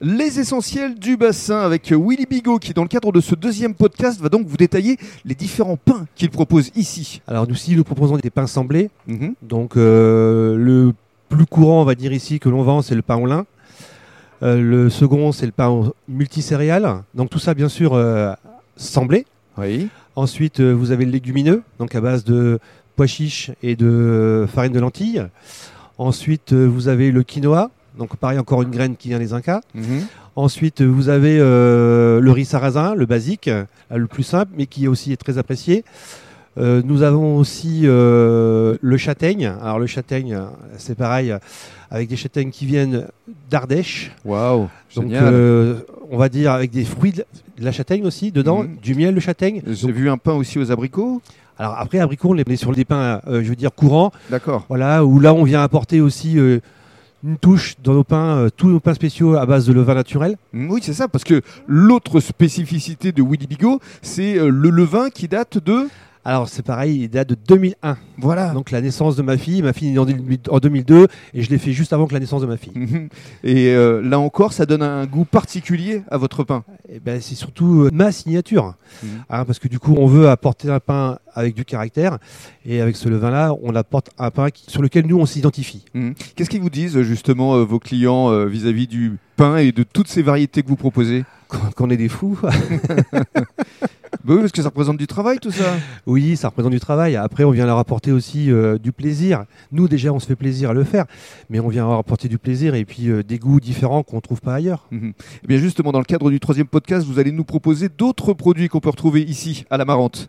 Les essentiels du bassin avec Willy Bigot qui, dans le cadre de ce deuxième podcast, va donc vous détailler les différents pains qu'il propose ici. Mhm. Alors nous aussi, nous proposons des pains semblés. Donc euh, le plus courant, on va dire ici, que l'on vend, c'est le pain au lin. Euh, le second, c'est le pain au- multicéréales. Donc tout ça, bien sûr, euh, semblé. Oui. Ensuite, euh, vous avez le légumineux, donc à base de pois chiches et de euh, farine de lentilles. Ensuite, euh, vous avez le quinoa, donc pareil, encore une graine qui vient des Incas. Mhm. Ensuite, euh, vous avez euh, le riz sarrasin, le basique, euh, le plus simple, mais qui aussi est très apprécié. Euh, nous avons aussi euh, le châtaigne. Alors le châtaigne, euh, c'est pareil, euh, avec des châtaignes qui viennent d'Ardèche. Waouh, Donc génial. euh, on va dire avec des fruits de de la châtaigne aussi, dedans, Mhm. du miel de châtaigne. J'ai vu un pain aussi aux abricots. Alors après, abricot, on est sur des pains, euh, je veux dire, courants, D'accord. voilà, où là on vient apporter aussi euh, une touche dans nos pains, euh, tous nos pains spéciaux à base de levain naturel. Mm, Oui, c'est ça, parce que l'autre spécificité de Willy Bigot, c'est euh, le levain qui date de. Alors c'est pareil, il date de 2001. Voilà. Donc la naissance de ma fille, ma fille est née en 2000 en 2002 et je l'ai fait juste avant que la naissance de ma fille. Mhm. Et euh, là encore, ça donne un goût particulier à votre pain. Et ben c'est surtout euh, ma signature, Mhm. Hein, parce que du coup on veut apporter un pain avec du caractère et avec ce levain-là, on apporte un pain qui- sur lequel nous on s'identifie. Mhm. Qu'est-ce qu'ils vous disent justement euh, vos clients euh, vis-à-vis du pain et de toutes ces variétés que vous proposez Qu'on qu'on est des fous. Bah Oui, parce que ça représente du travail tout ça. oui, ça représente du travail. Après on vient leur apporter aussi euh, du plaisir. Nous déjà on se fait plaisir à le faire, mais on vient leur apporter du plaisir et puis euh, des goûts différents qu'on trouve pas ailleurs. Mhm. Eh bien justement, dans le cadre du troisième podcast, vous allez nous proposer d'autres produits qu'on peut retrouver ici à la Marante.